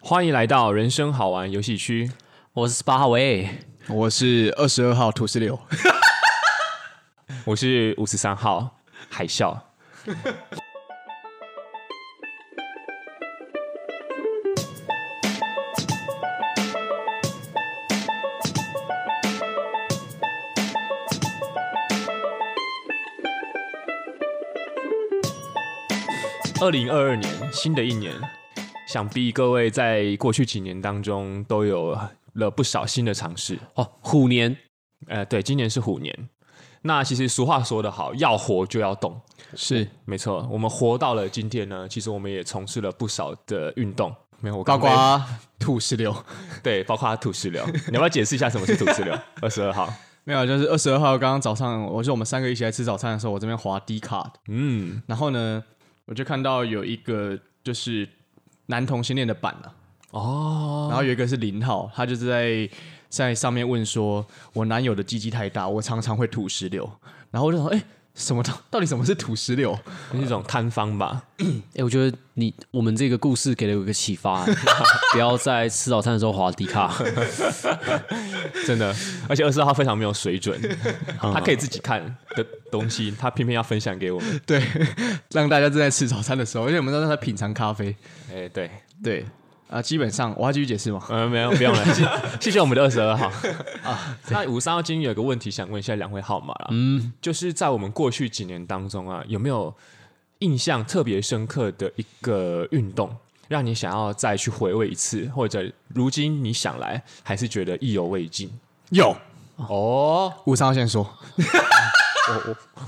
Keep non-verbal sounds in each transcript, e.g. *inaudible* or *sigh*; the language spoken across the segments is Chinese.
欢迎来到人生好玩游戏区。我是十八号喂，我是二十二号土石榴，我是五十三号海啸。二零二二年，新的一年，想必各位在过去几年当中都有了不少新的尝试。哦，虎年呃，对，今年是虎年。那其实俗话说得好，要活就要动， *laughs* 是没错。我们活到了今天呢，其实我们也从事了不少的运动，没有我包刚被括土石榴，对，包括土石榴。 *laughs* 你要不要解释一下什么是土石榴？二十二 *laughs* 号，没有，就是二十二号刚刚早上，我是我们三个一起来吃早餐的时候，我这边滑 D 卡，嗯，然后呢，我就看到有一个就是男同性恋的版啊，哦，然后有一个是零号，他就是在在上面问说，我男友的鸡鸡太大，我常常会土石 *laughs* 榴，然后我就想，哎、什么到到底什么是土石榴？是一种摊方吧？哎、我觉得你我们这个故事给了我一个启发，哎 *laughs* 不要在吃早餐的时候滑迪卡。真的，而且二十二号非常没有水 *laughs* 准，他可以自己看的东西，他偏偏要分享给我们。对， *laughs* 让大家正在吃早餐的时候，而且我们都在品尝咖啡，哎，对，对啊，基本上我要继续解释吗？呃，没有，不用了，谢 *laughs* 谢谢我们的二十二号啊。那五三号今天有个问题想问一下两位号码啦，嗯，就是在我们过去几年当中啊，有没有印象特别深刻的一个运动，让你想要再去回味一次，或者如今你想来还是觉得意犹未尽？有，哦，五三号先说。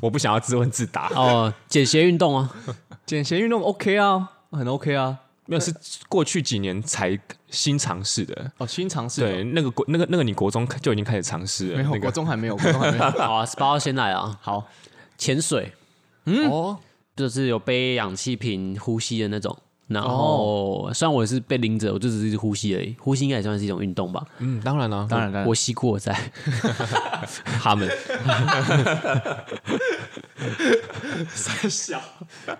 我不想要自问自答，哦，简谐运动啊，简谐运动 OK 啊，很 OK 啊。没有是过去几年才新尝试的。哦，新尝试对，那个国那个那个，你国中就已经开始尝试了。没有，那个国中还没有，国中还没 *laughs* 有。好啊，十八号先来啊，好，潜水哦，就是有背氧气瓶呼吸的那种。然后、虽然我是被拎着，我就只是呼吸而已，呼吸应该也算是一种运动吧。嗯，当然了、当然了我，吸过我在，他们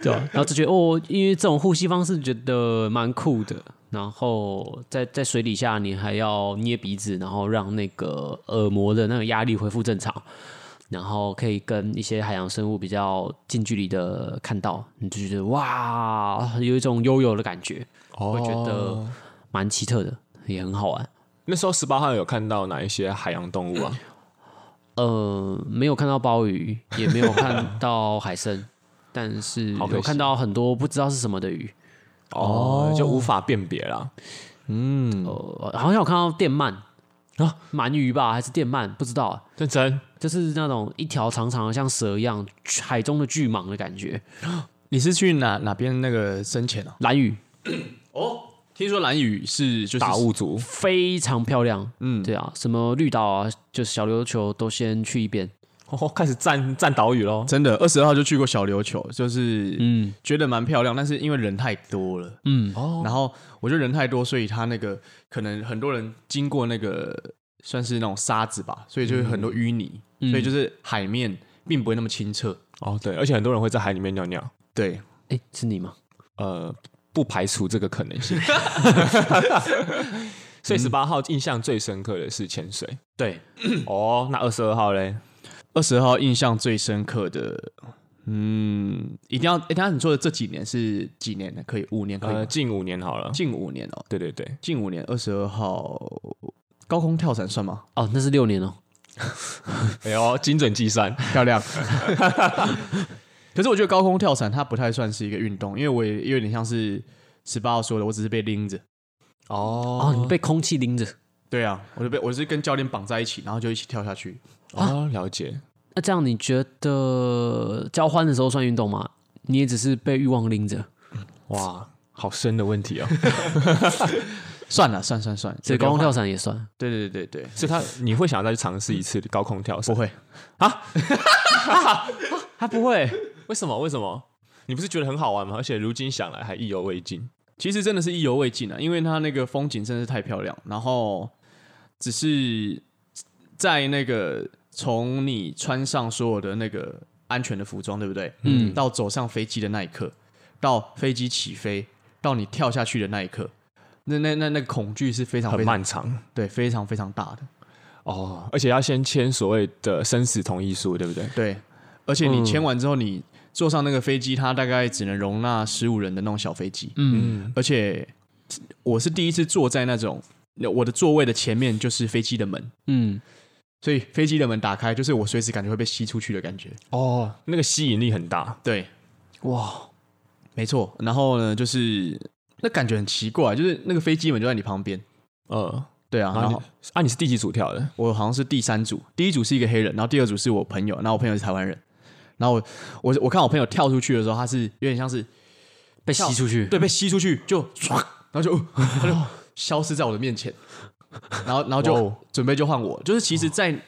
对啊、然后就觉得哦，因为这种呼吸方式觉得蛮酷的。然后在在水底下，你还要捏鼻子，然后让那个耳膜的那个压力恢复正常，然后可以跟一些海洋生物比较近距离的看到，你就觉得哇，有一种悠游的感觉，哦会觉得蛮奇特的，也很好玩。那时候十八号有看到哪一些海洋动物啊？呃，没有看到鲍鱼，也没有看到海参， *laughs* 但是好可惜有看到很多不知道是什么的鱼。哦，就无法辨别了。呃，好像有看到电鳗啊，鳗鱼吧，还是电鳗，不知道啊，认真，就是那种一条长长的像蛇一样海中的巨蟒的感觉，你是去哪哪边那个深潜啊？蓝鱼听说蓝雨是就是打雾族非常漂亮，嗯，对啊，什么绿岛啊，就是小琉球都先去一遍， *laughs* 哦，开始占占岛屿喽。真的，二十二号就去过小琉球，就是嗯，觉得蛮漂亮，但是因为人太多了，嗯，哦然后我觉得人太多，所以他那个可能很多人经过那个算是那种沙子吧，所以就是很多淤泥，所以就是海面并不会那么清澈。哦，对，而且很多人会在海里面尿尿，对，哎，是你吗？呃，不排除这个可能 *laughs* 性。所以十八号印象最深刻的是潜水。对，哦，那二十二号嘞？二十号印象最深刻的，嗯，一定要。哎、等一下你说的这几年是几年呢？可以五年，可以吗、呃，近五年好了。近五年哦、对对对，近五年。二十二号高空跳伞算吗？哦，那是六年哦，哎呦，精准计算。 *laughs* 漂亮。可是我觉得高空跳伞它不太算是一个运动，因为我也有点像是十八号说的，我只是被拎着。哦，你哦被空气拎着，对啊，我就被我是跟教练绑在一起，然后就一起跳下去。哦，了解。那这样你觉得交换的时候算运动吗？你也只是被欲望拎着，哇，好深的问题哦。算了，算算算，所以高空跳伞也算。对对对对对， *laughs* 所以他你会想要再去尝试一次高空跳伞不？会， *laughs* 他不会，为什么？为什么？你不是觉得很好玩吗？而且如今想来还意犹未尽。其实真的是意犹未尽啊，因为它那个风景真的是太漂亮。然后只是在那个从你穿上所有的那个安全的服装，对不对？嗯，到走上飞机的那一刻，到飞机起飞，到你跳下去的那一刻，那那那那个恐惧是非常很哦非常漫长对非常非常大的，哦，而且要先签所谓的生死同意书，对不对？对，而且你签完之后，你坐上那个飞机，它大概只能容纳十五人的那种小飞机，嗯，而且我是第一次坐在那种我的座位的前面就是飞机的门，嗯，所以飞机的门打开，就是我随时感觉会被吸出去的感觉。哦，那个吸引力很大，对，哇，没错。然后呢，就是那感觉很奇怪，就是那个飞机门就在你旁边。呃，对啊，然然后后你啊，你是第几组跳的？我好像是第三组，第一组是一个黑人，然后第二组是我朋友，然后我朋友是台湾人。然后我我我看我朋友跳出去的时候，他是有点像是被吸出去，对被吸出去，就唰，然后就 *laughs* 他就消失在我的面前，然后然后就哇哦准备就换我，就是其实，在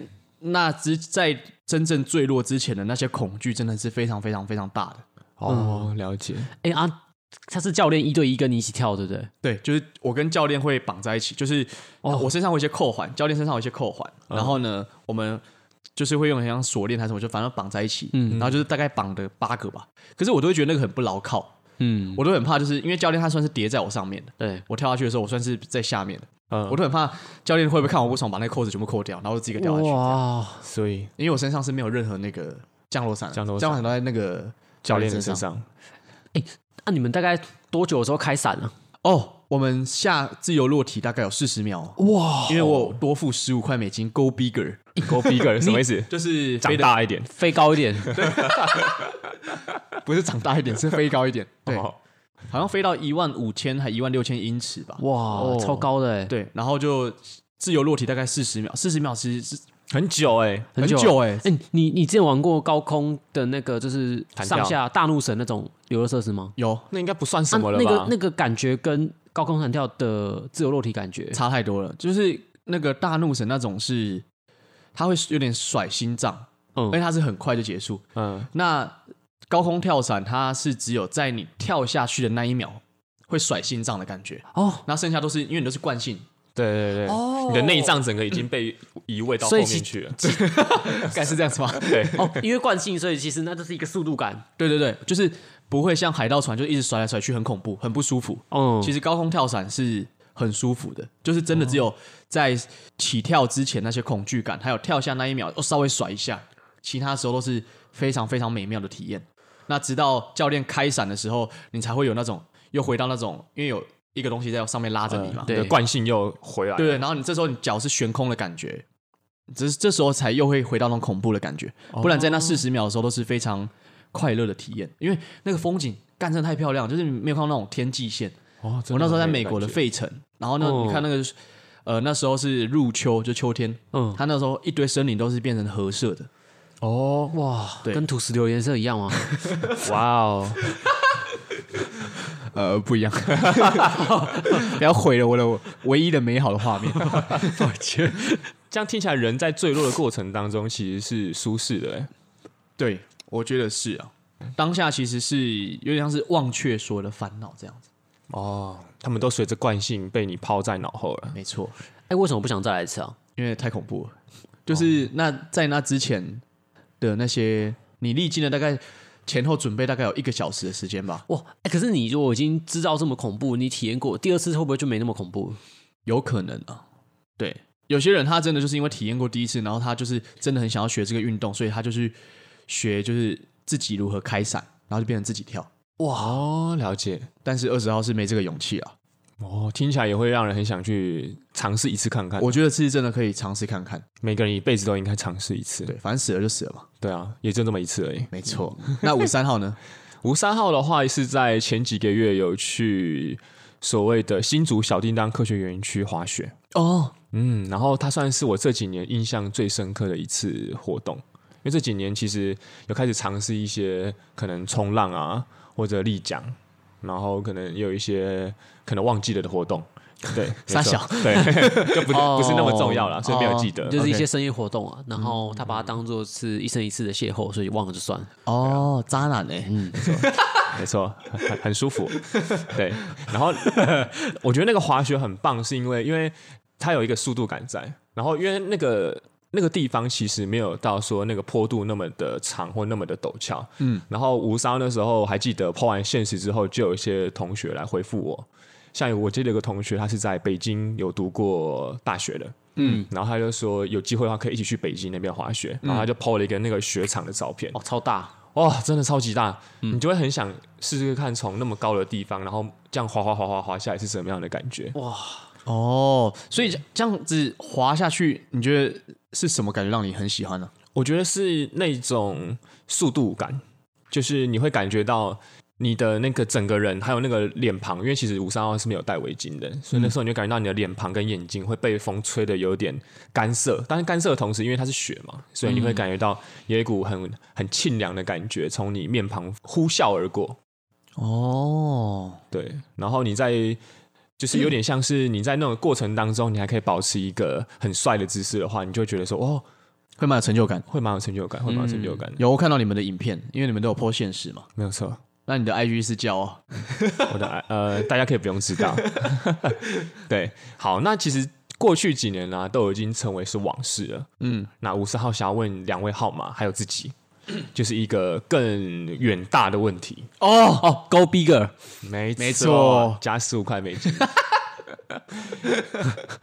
那之在真正坠落之前的那些恐惧，真的是非常非常非常大的。哦，了解。哎啊，他是教练一对一跟你一起跳，对不对？对，就是我跟教练会绑在一起，就是哦我身上会有一些扣环，教练身上有一些扣环，嗯然后呢，我们就是会用很像锁链还是什么，就反正绑在一起，嗯然后就是大概绑的八个吧。可是我都会觉得那个很不牢靠，嗯，我都很怕，就是因为教练他算是叠在我上面的，对，我跳下去的时候我算是在下面的，嗯我都很怕教练会不会看我不爽，把那个扣子全部扣掉，然后我自己给掉下去，哇，所以因为我身上是没有任何那个降落伞的，降落伞降落伞都在那个教练的身身。 *laughs* 上，那你们大概多久的时候开伞啊？哦，我们下自由落体大概有四十秒哦，哇因为我有多付十五块美金，Go bigger。 ，Go *laughs* bigger 什么意思？就是长飞得大一点，飞高一 *laughs* 点，不是长大一点，是飞高一点。*laughs* 对，哦好像飞到一万五千还一万六千英尺吧。哇，哦超高的哎，对，然后就自由落体大概四十秒，四十秒其实是很久哎、很久久哎、哎、你你之前玩过高空的那个，就是弹跳上下大怒神那种游乐设施吗？有那应该不算什么了啊吧？那个那个感觉跟高空弹跳的自由落体感觉差太多了，就是那个大怒神那种是，他会有点甩心脏，嗯而且它是很快就结束。嗯，那高空跳伞，它是只有在你跳下去的那一秒会甩心脏的感觉，哦，然后剩下都是因为你都是惯性，对对对，哦你的内脏整个已经被移位到后面去了，该是这样子吗？对，哦， *laughs* 因为惯性，所以其实那就是一个速度感。对对对，就是不会像海盗船就一直甩来甩去，很恐怖，很不舒服。嗯，其实实高空跳伞是很舒服的，就是真的只有在起跳之前那些恐惧感，还有跳下那一秒、哦、稍微甩一下，其他时候都是非常非常美妙的体验。那直到教练开伞的时候，你才会有那种又回到那种，因为有一个东西在上面拉着你嘛，你的惯性又回来，对，然后你这时候你脚是悬空的感觉，只是这时候才又会回到那种恐怖的感觉，不然在那四十秒的时候都是非常快乐的体验，因为那个风景干真的太漂亮，就是你没有看到那种天际线。哦，真我那时候在很有美国的感觉，费城，然后呢，哦你看那个是，呃，那时候是入秋，就秋天，嗯，它那时候一堆森林都是变成褐色的，哦，哇，对跟土石流颜色一样 *laughs* 吗？哇哦，呃，不一样， *laughs* 不要毁了我的唯一的美好的画面。这样听起来，人在坠落的过程当中其实是舒适的、欸， *laughs* 对，我觉得是啊，当下其实是有点像是忘却所有的烦恼这样子，哦，他们都随着惯性被你抛在脑后了，没错，哎、为什么不想再来一次啊？因为太恐怖了，就是那在那之前的那些，你历经了大概前后准备大概有一个小时的时间吧，哇，哎、可是你如果已经知道这么恐怖，你体验过第二次会不会就没那么恐怖？有可能啊。对，有些人他真的就是因为体验过第一次，然后他就是真的很想要学这个运动，所以他就去学就是自己如何开伞，然后就变成自己跳。哇，哦，了解，但是二十号是没这个勇气啊，哦，听起来也会让人很想去尝试一次看看，我觉得是真的可以尝试看看。每个人一辈子都应该尝试一次，对，反正死了就死了嘛，对啊，也就这么一次而已。没错。那五三号呢？吴三号的话是在前几个月有去所谓的新竹小叮当科学园区滑雪， *laughs* 哦，嗯，然后它算是我这几年印象最深刻的一次活动，因为这几年其实有开始尝试一些可能冲浪啊或者立桨，然后可能也有一些可能忘记了的活动。 *laughs* 对，傻没错小，对，就 *laughs* 不是、哦不是那么重要啦，所以没有记得。就是一 OK 些商业活动啊，然后他把它当做是一生一次的邂逅，所以忘了就算了。哦，渣男欸嘞、嗯，没错，很很舒服。对，然后我觉得那个滑雪很棒，是因为因为它有一个速度感在，然后因为那个那个地方其实没有到说那个坡度那么的长或那么的陡峭。嗯，然后吴烧那时候还记得抛完现实之后，就有一些同学来回复我。像有我记得有个同学，他是在北京有读过大学的，嗯，然后他就说有机会的话可以一起去北京那边滑雪，然后他就 PO 了一个那个雪场的照片，哦，超大，哇、真的超级大，你就会很想试试看从那么高的地方，然后这样滑滑滑滑滑下来是什么样的感觉？哦，所以这样子滑下去，你觉得是什么感觉让你很喜欢呢、我觉得是那种速度感，就是你会感觉到你的那个整个人还有那个脸庞，因为其实五三二是没有戴围巾的，所以那时候你就感觉到你的脸庞跟眼睛会被风吹的有点干涩，但是干涩的同时，因为它是雪嘛，所以你会感觉到有一股很很沁凉的感觉从你面庞呼啸而过。哦，对，然后你在就是有点像是你在那种过程当中，你还可以保持一个很帅的姿势的话，你就会觉得说，哦，会蛮有成就感。会蛮有成就感，会蛮有成就感的，有我看到你们的影片，因为你们都有 po 现实嘛。没有错。那你的 IG 是叫哦，我的爱呃，大家可以不用知道。对，好，那其实过去几年呢、都已经成为是往事了。嗯，那五十号想要问两位号码，还有自己，就是一个更远大的问题。哦哦，Go bigger，没没错加十五块美金。 *laughs*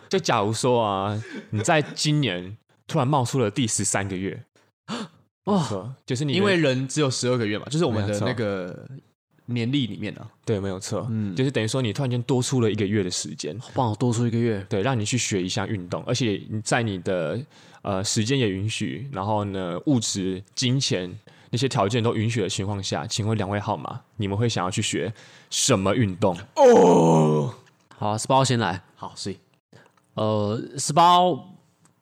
就假如说啊，你在今年突然冒出了第十三个月，哇，就是你的因为人只有十二个月嘛，就是我们没的错那个年历里面啊。对，没有错，就是等于说你突然间多出了一个月的时间，帮我多出一个月，对，让你去学一项运动，而且你在你的呃时间也允许，然后呢物质、金钱那些条件都允许的情况下，请问两位号码，你们会想要去学什么运动？好、啊，十八号先来。好，所以呃，十八号，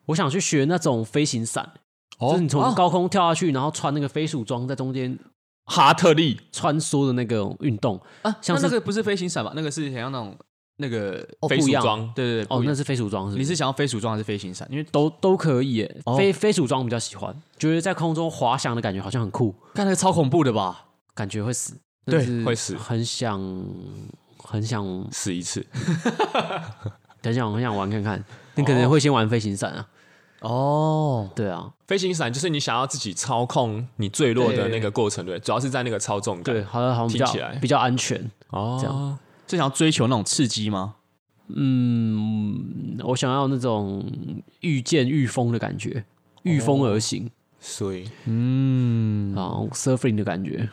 我想去学那种飞行伞，哦就是你从高空跳下去，然后穿那个飞鼠装，在中间哈特利穿梭的那个运动。啊，像那是那个不是飞行伞吧？那个是想要那种那个哦飞不鼠一样装，对对对，哦不，一那样是飞鼠装是不你是？是想要飞鼠装还是飞行伞？因为都都可以耶，哦飞飞鼠装我比较喜欢，觉得在空中滑翔的感觉好像很酷，看那个超恐怖的吧？感觉会死，对但是会死很想很想死一次，很想很想玩看哦看。 *laughs* 你可能会先玩飞行伞啊，哦，对啊，飞行伞就是你想要自己操控你坠落的对那个过程，对，主要是在那个操纵感，对，好像好像比较听起来比较安全。哦，这样是想要追求那种刺激吗？嗯，我想要那种御剑御风的感觉，御风哦而行所以嗯，啊、surfing 的感觉。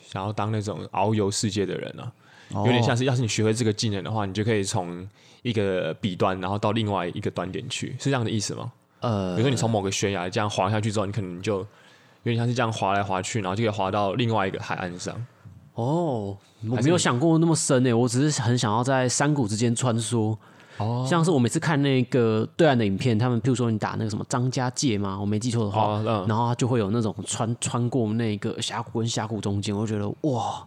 想要当那种遨游世界的人啊。有哦有点像是，要是你学会这个技能的话，你就可以从一个彼端，然后到另外一个端点去，是这样的意思吗？比呃如，说你从某个悬崖这样滑下去之后，你可能就有点像是这样滑来滑去，然后就可以滑到另外一个海岸上。哦，我还是没有你想过那么深诶、欸我只是很想要在山谷之间穿梭。哦，像是我每次看那个对岸的影片，他们譬如说你打那个什么张家界嘛，我没记错的话，哦嗯然后他就会有那种穿穿过那个峡谷跟峡谷中间，我就觉得哇，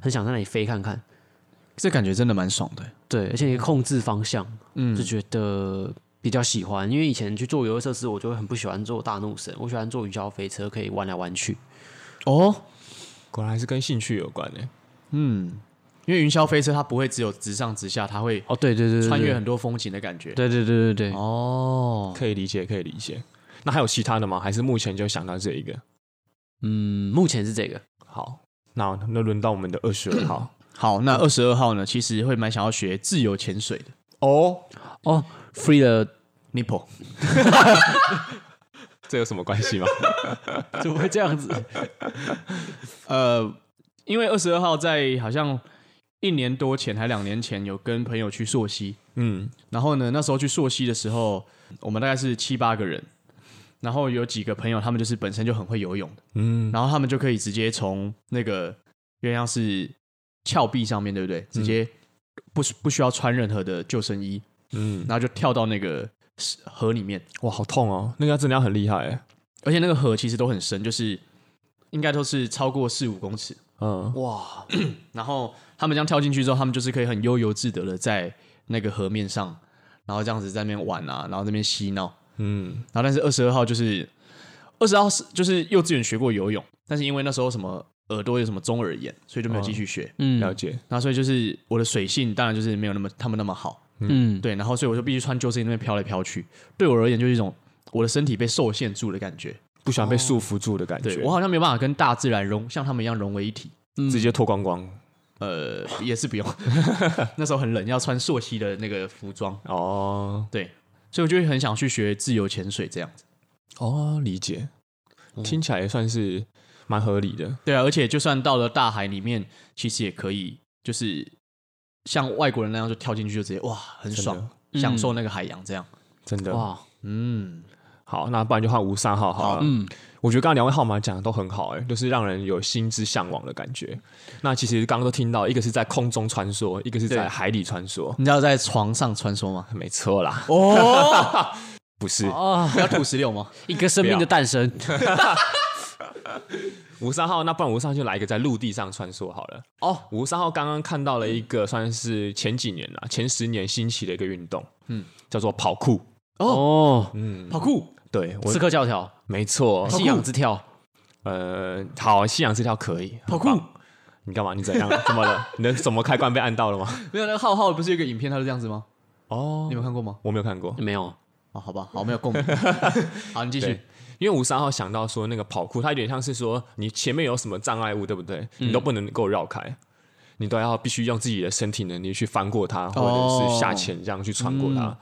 很想在那里飞看看。这感觉真的蛮爽的。嗯对，而且你可以控制方向，就觉得比较喜欢。因为以前去做游乐设施，我就会很不喜欢坐大怒神，我喜欢坐云霄飞车，可以玩来玩去。哦，嗯果然还是跟兴趣有关诶、因为云霄飞车它不会只有直上直下，它会哦，对对对对，穿越对，很多风景的感觉。对对对对对。哦，可以理解，可以理解。那还有其他的吗？还是目前就想到这一个？嗯，目前是这个。好，那那轮到我们的二十二号好，那二十二号呢？其实会蛮想要学自由潜水的 *clears throat* 哦，哦，free 的 nipple，这有什么关系吗？怎么会这样子？呃，因为二十二号在好像一年多前还两年前有跟朋友去溯溪， *laughs* 嗯，然后呢，那时候去溯溪的时候，我们大概是七八个人，然后有几个朋友他们就是本身就很会游泳的，嗯，然后他们就可以直接从那个鸳鸯是峭壁上面对不对？直接不不需要穿任何的救生衣，嗯，然后就跳到那个河里面，哇，好痛哦，那个真的要很厉害欸诶、而且那个河其实都很深，就是应该都是超过四五公尺。嗯， *laughs* 哇，然后他们这样跳进去之后，他们就是可以很悠游自得的在那个河面上，然后这样子在那边玩啊，然后在那边嬉闹。嗯，然后但是二十二号就是二十号是就是幼稚园学过游泳，但是因为那时候什么耳朵有什么中耳炎，所以就没有继续学。嗯了解，然后所以就是我的水性当然就是没有那么他们那么好，嗯，对。然后所以我就必须穿救生衣那边飘来飘去，对我而言就是一种我的身体被受限住的感觉。不喜欢被束缚住的感觉嗯对，我好像没有办法跟大自然融像他们一样融为一体。直接脱光光。呃，也是不用。 *laughs* 那时候很冷，要穿溯溪的那个服装，哦对，所以我就会很想去学自由潜水这样子。哦，理解，听起来也算是蛮合理的。对啊，而且就算到了大海里面，其实也可以，就是像外国人那样就跳进去就直接哇，很爽，享受那个海洋这样。真的。哇，嗯，好，那不然就换吴三号好了。嗯，我觉得刚刚两位号码讲的都很好、哎，就是让人有心之向往的感觉。那其实刚刚都听到，一个是在空中穿梭，一个是在对海里穿梭，你知道在床上穿梭 *laughs* 吗？没错啦。哦， *laughs* 不是，哦，不要吐石榴吗？一个生命的诞生，吴三号，那不然吴三号就来一个在陆地上穿梭好了。哦，吴三号刚刚看到了一个算是前几年啦，前十年兴起的一个运动，嗯，叫做跑酷。哦，嗯跑酷，对，我刺客教条，没错，信仰之跳，呃，好，信仰这条可以，跑很酷棒。你干嘛？你怎样？怎么了？你的什么开关被按到了吗？没有那个浩浩不是有一个影片，他是这样子吗？ *laughs* 哦你，有看过吗？我没有看过，没有，哦，好吧，好，没 *laughs* 有共鸣。好，你继续对。，因为五三号想到说那个跑酷，它有点像是说你前面有什么障碍物，对不对？你都不能够绕开，你都要必须用自己的身体能力去翻过它，或者是下潜这样去穿过它。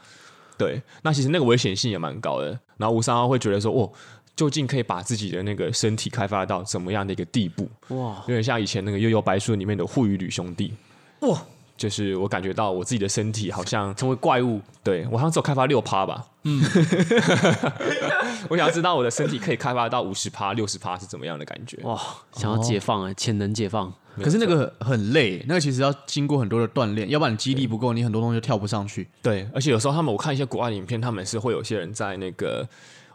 对，那其实那个危险性也蛮高的。然后五三号会觉得说，哦，究竟可以把自己的那个身体开发到怎么样的一个地步？哇，有点像以前那个《悠悠白书》里面的护鱼吕兄弟。哇，就是我感觉到我自己的身体好像成为怪物，对我好像只有开发六趴吧，嗯， *laughs* 我想要知道我的身体可以开发到五十趴、六十趴是怎么样的感觉。哇，想要解放啊，潜能解放，可是那个很累，那个其实要经过很多的锻炼，要不然你肌力不够，你很多东西就跳不上去。对，而且有时候他们我看一些国外的影片，他们是会有些人在那个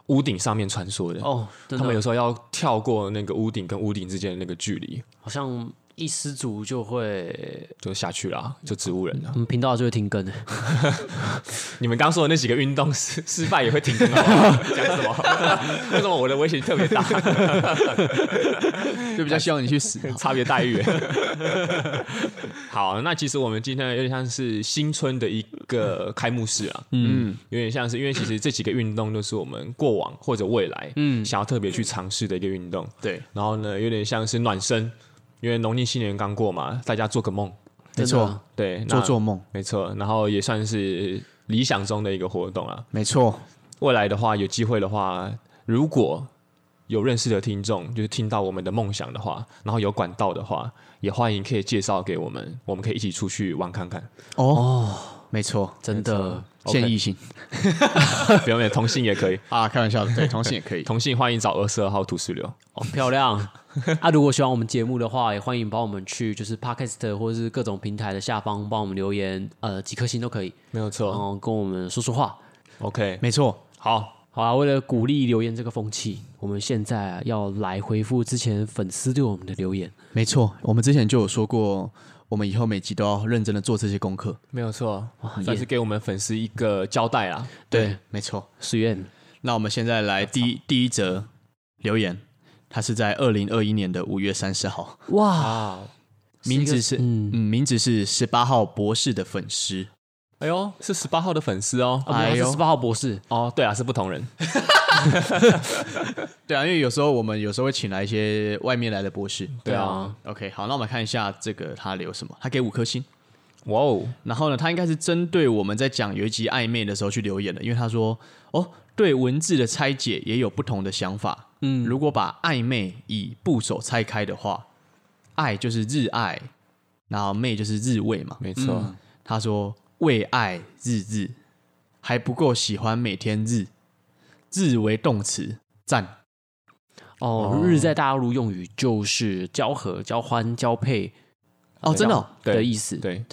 屋顶上面穿梭的，哦，真他们有的，时候要跳过那个屋顶跟屋顶之间的那个距离，好像一失足就会，就下去啦，就植物人了我。嗯们频道就会停更，欸你们刚说的那几个运动 *laughs* 失失败也会挺 *laughs* 好不好讲什么？ *laughs* 为什么我的威胁特别大， *laughs* 就比较希望你去死。差别待遇？ *laughs* 好，那其实我们今天有点像是新春的一个开幕式啊，嗯，有点像是因为其实这几个运动都是我们过往或者未来，嗯，想要特别去尝试的一个运动。对，然后呢，有点像是暖身，因为农历新年刚过嘛，大家做个梦， *laughs* 没真的啊错，对，那做做梦，没错，然后也算是理想中的一个活动啊。没错。未来的话，有机会的话，如果有认识的听众，就是听到我们的梦想的话，然后有管道的话，也欢迎可以介绍给我们，我们可以一起出去玩看 *laughs* 看。哦，没错，真的， OK 现异性不用，不用同性也可以，啊，开玩笑的，对，同性也可以。同性欢迎找二十二号土石榴。哦，漂 *laughs* 亮啊！如果喜欢我们节目的话，也欢迎帮我们去就是 Podcast 或者是各种平台的下方帮我们留言，呃，几颗星都可以，没有然错后跟我们说说话。哦，OK，没错，好，好啊，为了鼓励留言这个风气，我们现在啊要来回复之前粉丝对我们的留言。没错。我们之前就有说过，我们以后每集都要认真的做这些功课。没有错，算是给我们粉丝一个交代啦。对，没错。许愿那我们现在来第一第一则留言，它是在二零二一年的五月三十号，哇，啊，名字是嗯名字是十八号博士的粉丝。哎呦，是十八号的粉丝哦。哎哎呦呦，十八号博士，哦，对啊，是不同人。对啊，因为有时候我们有时候会请来一些外面来的博士。对啊啊， OK，好，那我们看一下这个他留什么，他给五颗星。哇哦，然后呢，他应该是针对我们在讲有一集暧昧的时候去留言的，因为他说哦，对文字的拆解也有不同的想法。嗯，如果把暧昧以部首拆开的话，爱就是日爱，然后昧就是日味嘛。没错，他说为爱日日还不够喜欢每天日，日为动词，赞。哦，日在大陆用语就是交合、交欢、交配哦，真的、哦，对的意思。对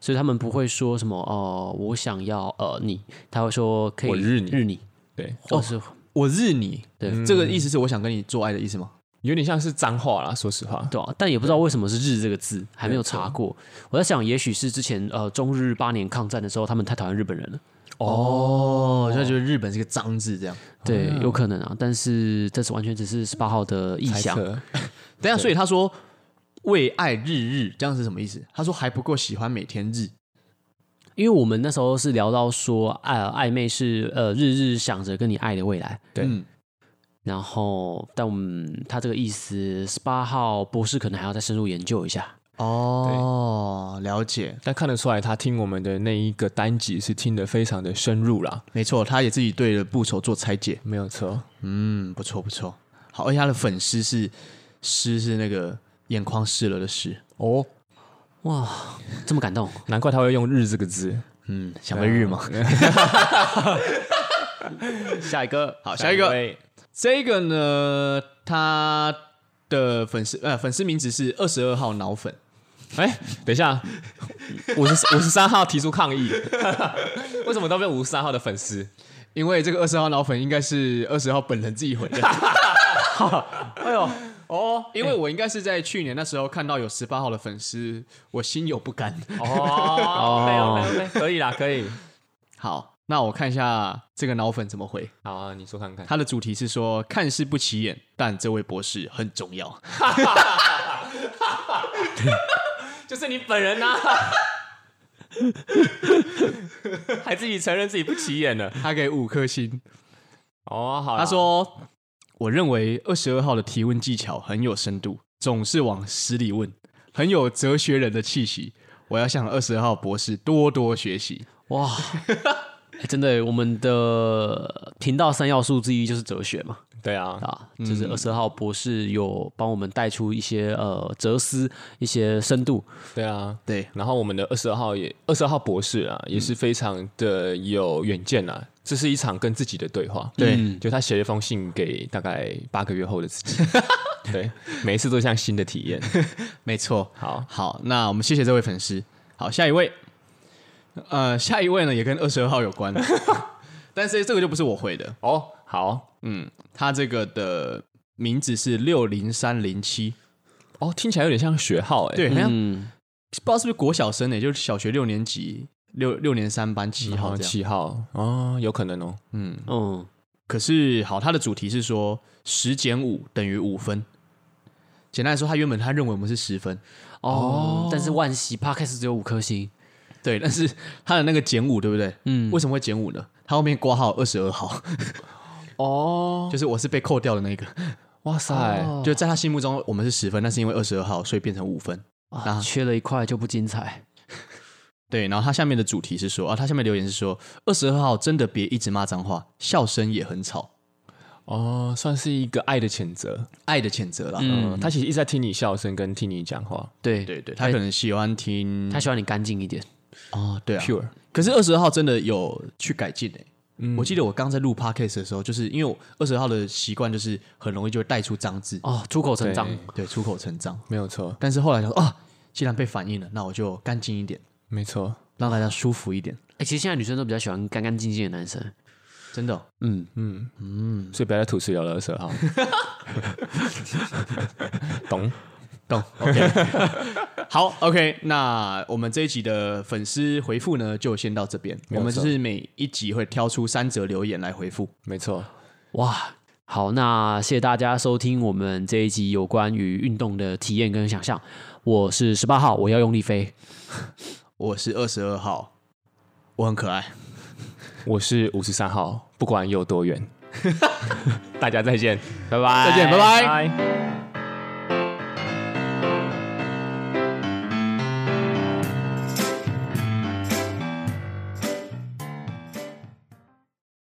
所以他们不会说什么哦、我想要呃你，他会说可以我日你哦日你，对，或者是、我日你，对、这个意思是我想跟你做爱的意思吗？有点像是脏话啦，说实话。对啊，但也不知道为什么是日这个字，还没有查过。我在想，也许是之前呃中日八年抗战的时候，他们太讨厌日本人了，哦，所以他觉得日本是个脏字这样。对，有可能啊。但是这是完全只是十八号的臆猜想，测等啊一下，所以他说为爱日日，这样是什么意思？他说还不够喜欢每天日因为我们那时候是聊到说，呃，暧昧是呃日日想着跟你爱的未来，对嗯然后但我们他这个意思，十八号博士可能还要再深入研究一下。哦，了解，但看得出来，他听我们的那一个单集是听得非常的深入啦，没错，他也自己对了部首做拆解。没有错。嗯，不错不错。好，而且他的粉丝是湿是那个眼眶湿了的湿。哦，哇，这么感动，难怪他会用“日”这个字。嗯，想被日吗？下一个，好 *laughs* 下一个位这个呢，他的粉丝呃粉丝名字是二十二号脑粉。哎、等一下，五十五十三号提出抗议， *laughs* 为什么都被五十三号的粉丝？因为这个二十号脑粉应该是二十号本人自己混的。哎呦，哦，因为我应该是在去年那时候看到有十八号的粉丝，我心有不甘。哦，OK OK，可以啦，可以。好，那我看一下这个脑粉怎么回。好啊，你说看看。他的主题是说看似不起眼，但这位博士很重要。就是你本人啊呐、 *laughs* 还自己承认自己不起眼了。他给五颗星。哦，好啦，他说：“我认为二十二号的提问技巧很有深度，总是往死里问，很有哲学人的气息。我要向二十二号博士多多学习。哇！哎真的耶，我们的频道三要素之一就是哲学嘛，对啊，啊，就是二十号博士有帮我们带出一些呃哲思、一些深度，对啊，对，然后我们的二十二号也二十二号博士啊，也是非常的有远见啊。这是一场跟自己的对话，对嗯就他写了一封信给大概八个月后的自己，对，每一次都像新的体验。没错。好，好，那我们谢谢这位粉丝。好，下一位，呃，下一位呢也跟二十二号有关， *laughs* 但是这个就不是我回的。哦，好，嗯，他这个的名字是六零三零七，哦，听起来有点像学号哎、对，好像嗯，不知道是不是国小生呢、欸就是小学六年级。”六六年三班七一号号这样，七号哦，有可能哦。嗯，嗯，可是好，它的主题是说十减五等于五分。简单来说，他原本他认为我们是十分，哦，但是万喜 p 开始只有五颗星，对， *laughs* 但是他的那个减五，对不对？嗯，为什么会减五呢？他后面挂号二十二号， *laughs* 哦，就是我是被扣掉的那个，哇塞，就在他心目中我们是十分，但是因为二十二号，所以变成五分。啊，缺了一块就不精彩，对，然后他下面的主题是说啊，他下面留言是说二十二号真的别一直骂脏话，笑声也很吵，哦，算是一个爱的谴责。爱的谴责啦。嗯、他其实一直在听你笑声跟听你讲话。对对对，他可能喜欢听他喜欢你干净一点，哦，对啊， Pure，可是二十号真的有去改进诶、嗯我记得我刚在录 podcast 的时候，就是因为我二十号的习惯就是很容易就会带出脏字，哦，出口成章，对，出口成脏。没有错，但是后来想说啊，既然被反映了，那我就干净一点，没错。让大家舒服一点。哎，其实现在女生都比较喜欢干干净净的男生，真的哦、嗯，所以不要再吐词聊了，二十二 *laughs* 号。懂？懂？OK，好，OK。那我们这一集的粉丝回复呢，就先到这边。没我有们错就是每一集会挑出三则留言来回复。没错。哇。好，那谢谢大家收听我们这一集有关于运动的体验跟想象。我是十八号，我要用力飞。我是二十二号，我很可爱。我是五十三 *laughs* 号，不管有多远。大家再见，拜拜，再见拜拜拜